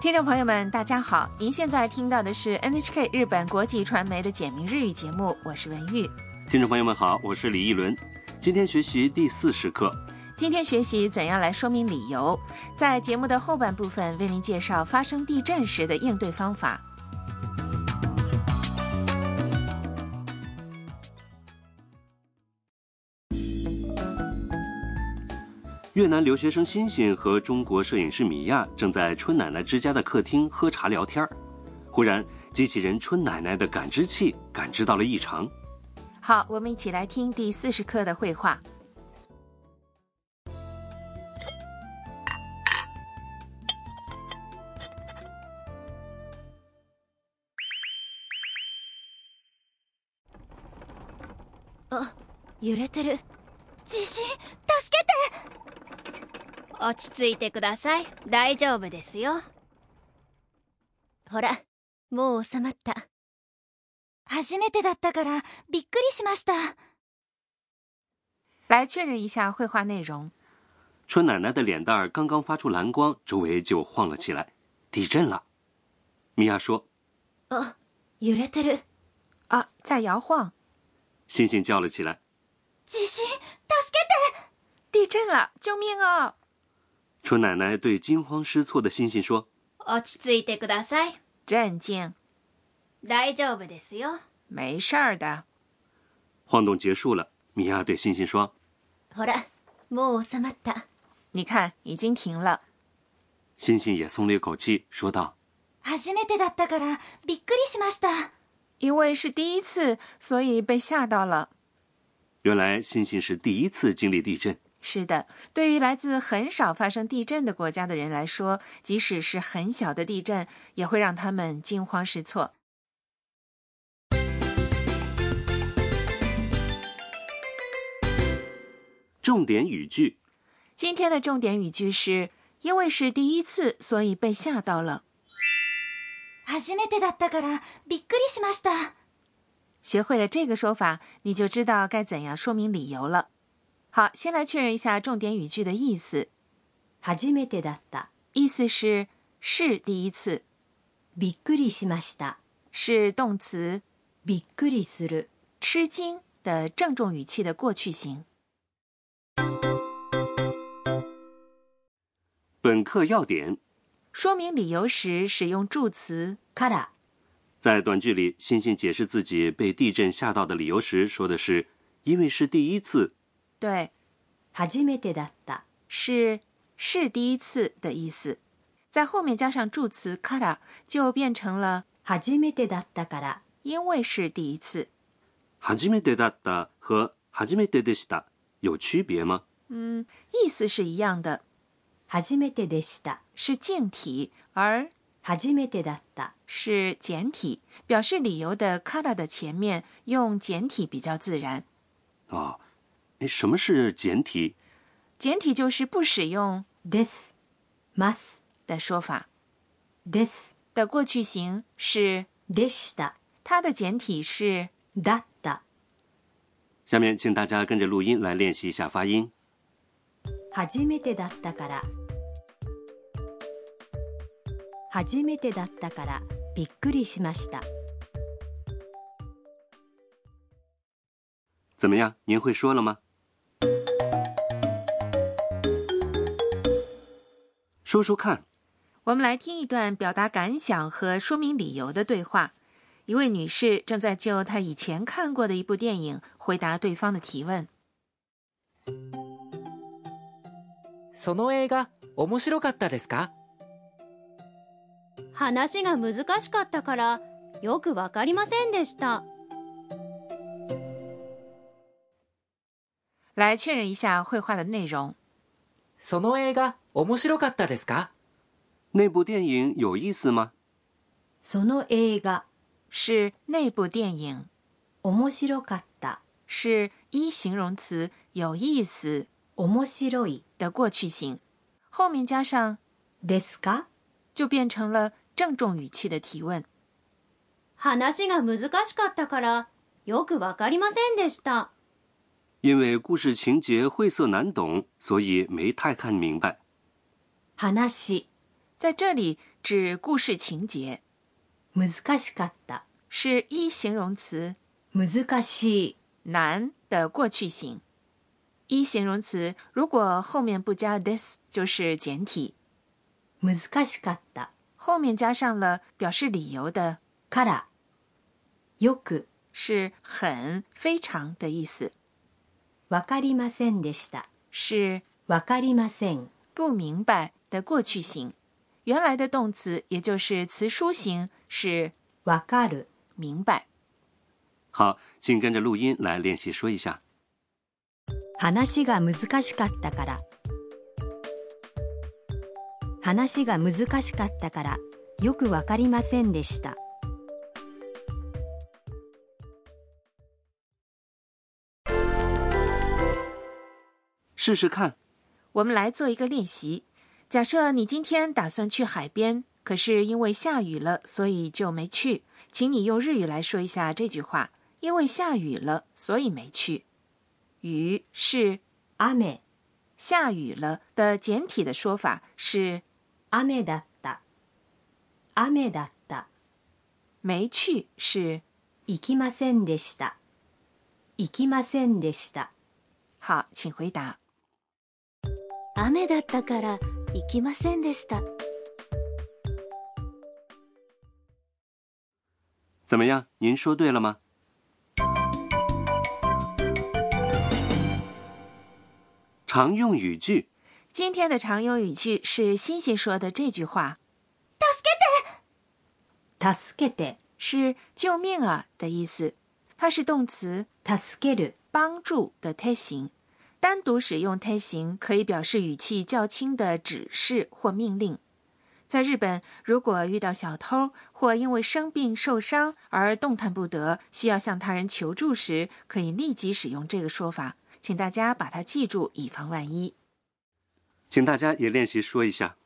听众朋友们，大家好！您现在听到的是 NHK 日本国际传媒的简明日语节目，我是文玉。听众朋友们好，我是李一伦。今天学习第四十课，今天学习怎样来说明理由，在节目的后半部分为您介绍发生地震时的应对方法。越南留学生欣欣和中国摄影师米娅正在春奶奶之家的客厅喝茶聊天儿，忽然，机器人春奶奶的感知器感知到了异常。好，我们一起来听第四十课的绘画。あ揺れてる地震助けて落ち着いてください大丈夫ですよほらもう収まった初めてだったからびっくりしました来确认一下绘画内容。春奶奶的脸蛋儿刚刚发出蓝光，周围就晃了起来，地震了。米娅说あ揺れてる啊，在摇晃，：“欣欣叫了起来。地震助けて地震了，救命哦！”春奶奶对惊慌失措的欣欣说落ち着いてください镇静，大丈夫ですよ没事儿的。：“晃动结束了。”米娅对欣欣说ほらもう収まった你看，已经停了。：“欣欣也松了一口气，说道。初めてだったからびっくりしました因为是第一次，所以被吓到了。原来欣欣是第一次经历地震。”是的，对于来自很少发生地震的国家的人来说，即使是很小的地震，也会让他们惊慌失措。重点语句：今天的重点语句是：因为是第一次，所以被吓到了。初めてだったからびっくりしました学会了这个说法，你就知道该怎样说明理由了。好，先来确认一下重点语句的意思，初めてだった意思是是第一次，びっくりしました是动词びっくりする吃惊的郑重语气的过去型。本课要点说明理由时使用助词から在短剧里，欣欣解释自己被地震吓到的理由时，说的是因为是第一次。对。初めてだった是是第一次的意思，在后面加上助词 kara 就变成了初めてだったから因为是第一次。初めてだった和初めてでした有区别吗？嗯，意思是一样的，初めてでした是敬体，而初めてだった是简体，表示理由的 kara 的前面用简体比较自然。啊、哎，什么是简体？简体就是不使用ですます的说法です的过去形是でした它的简体是だった下面请大家跟着录音来练习一下发音。初めてだったから初めてだったからびっくりしました怎么样？您会说了吗？说说看，我们来听一段表达感想和说明理由的对话。一位女士正在就她以前看过的一部电影回答对方的提问。その映画面白かったですか話が難しかったからよくわかりませんでした来确认一下绘画的内容。その映画面白かったですか那部电影有意思吗？その映画是那部电影，面白かった是一形容词有意思面白い的过去形，后面加上ですか就变成了郑重语气的提问。話が難しかったからよくわかりませんでした因为故事情节晦涩难懂，所以没太看明白。話在这里指故事情节，難しかった是一形容词難しい难的过去形。一形容词如果后面不加 this 就是简体，難しかった后面加上了表示理由的からよく是很非常的意思，わかりませんでした是わかりません不明白的过去形。原来的动词也就是词书形是わかる明白。好，请跟着录音来练习说一下。話が難しかったから話が難しかったからよくわかりませんでした试试看，我们来做一个练习。假设你今天打算去海边，可是因为下雨了，所以就没去。请你用日语来说一下这句话：因为下雨了，所以没去。雨是雨下雨了的简体的说法是雨だった雨だった没去是行きませんでした行きませんでした好，请回答。雨だったから行きませんでした怎么样？您说对了吗？常用语句，今天的常用语句是欣欣说的这句话，助けて是“救命啊”的意思，它是动词助ける帮助的推形，单独使用推形可以表示语气较轻的指示或命令。在日本，如果遇到小偷或因为生病受伤而动弹不得，需要向他人求助时，可以立即使用这个说法。请大家把它记住，以防万一。请大家也练习说一下。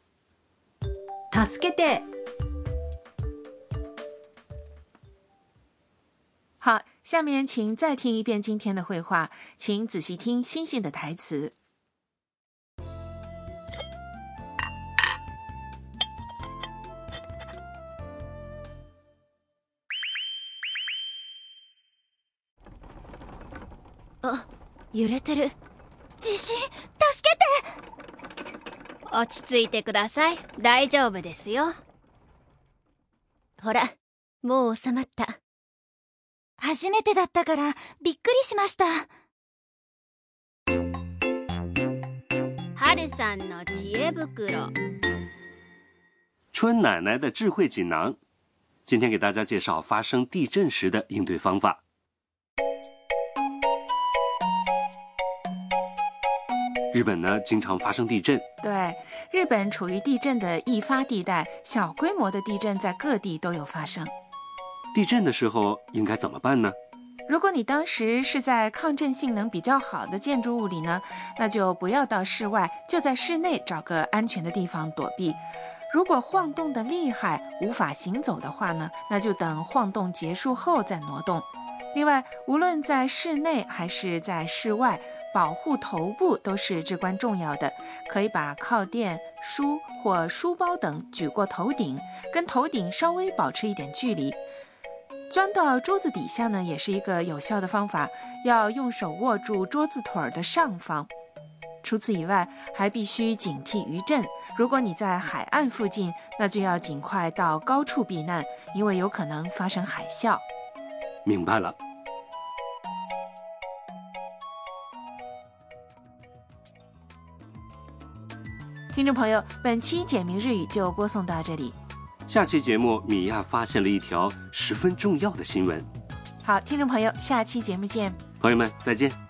助けて好，下面请再听一遍今天的绘画，请仔细听星星的台词。揺れてる地震助けて落ち着いてください大丈夫ですよほらもう収まった初めてだったからびっくりしました春さんの知恵袋春奶奶的智慧锦囊，今天给大家介绍发生地震时的应对方法。日本呢，经常发生地震，对，日本处于地震的易发地带，小规模的地震在各地都有发生。地震的时候应该怎么办呢？如果你当时是在抗震性能比较好的建筑物里呢，那就不要到室外，就在室内找个安全的地方躲避。如果晃动的厉害，无法行走的话呢，那就等晃动结束后再挪动。另外，无论在室内还是在室外，保护头部都是至关重要的。可以把靠垫、书或书包等举过头顶，跟头顶稍微保持一点距离。钻到桌子底下呢，也是一个有效的方法，要用手握住桌子腿儿的上方。除此以外，还必须警惕余震。如果你在海岸附近，那就要尽快到高处避难，因为有可能发生海啸。明白了。听众朋友，本期简明日语就播送到这里。下期节目，米娅发现了一条十分重要的新闻。好，听众朋友，下期节目见。朋友们，再见。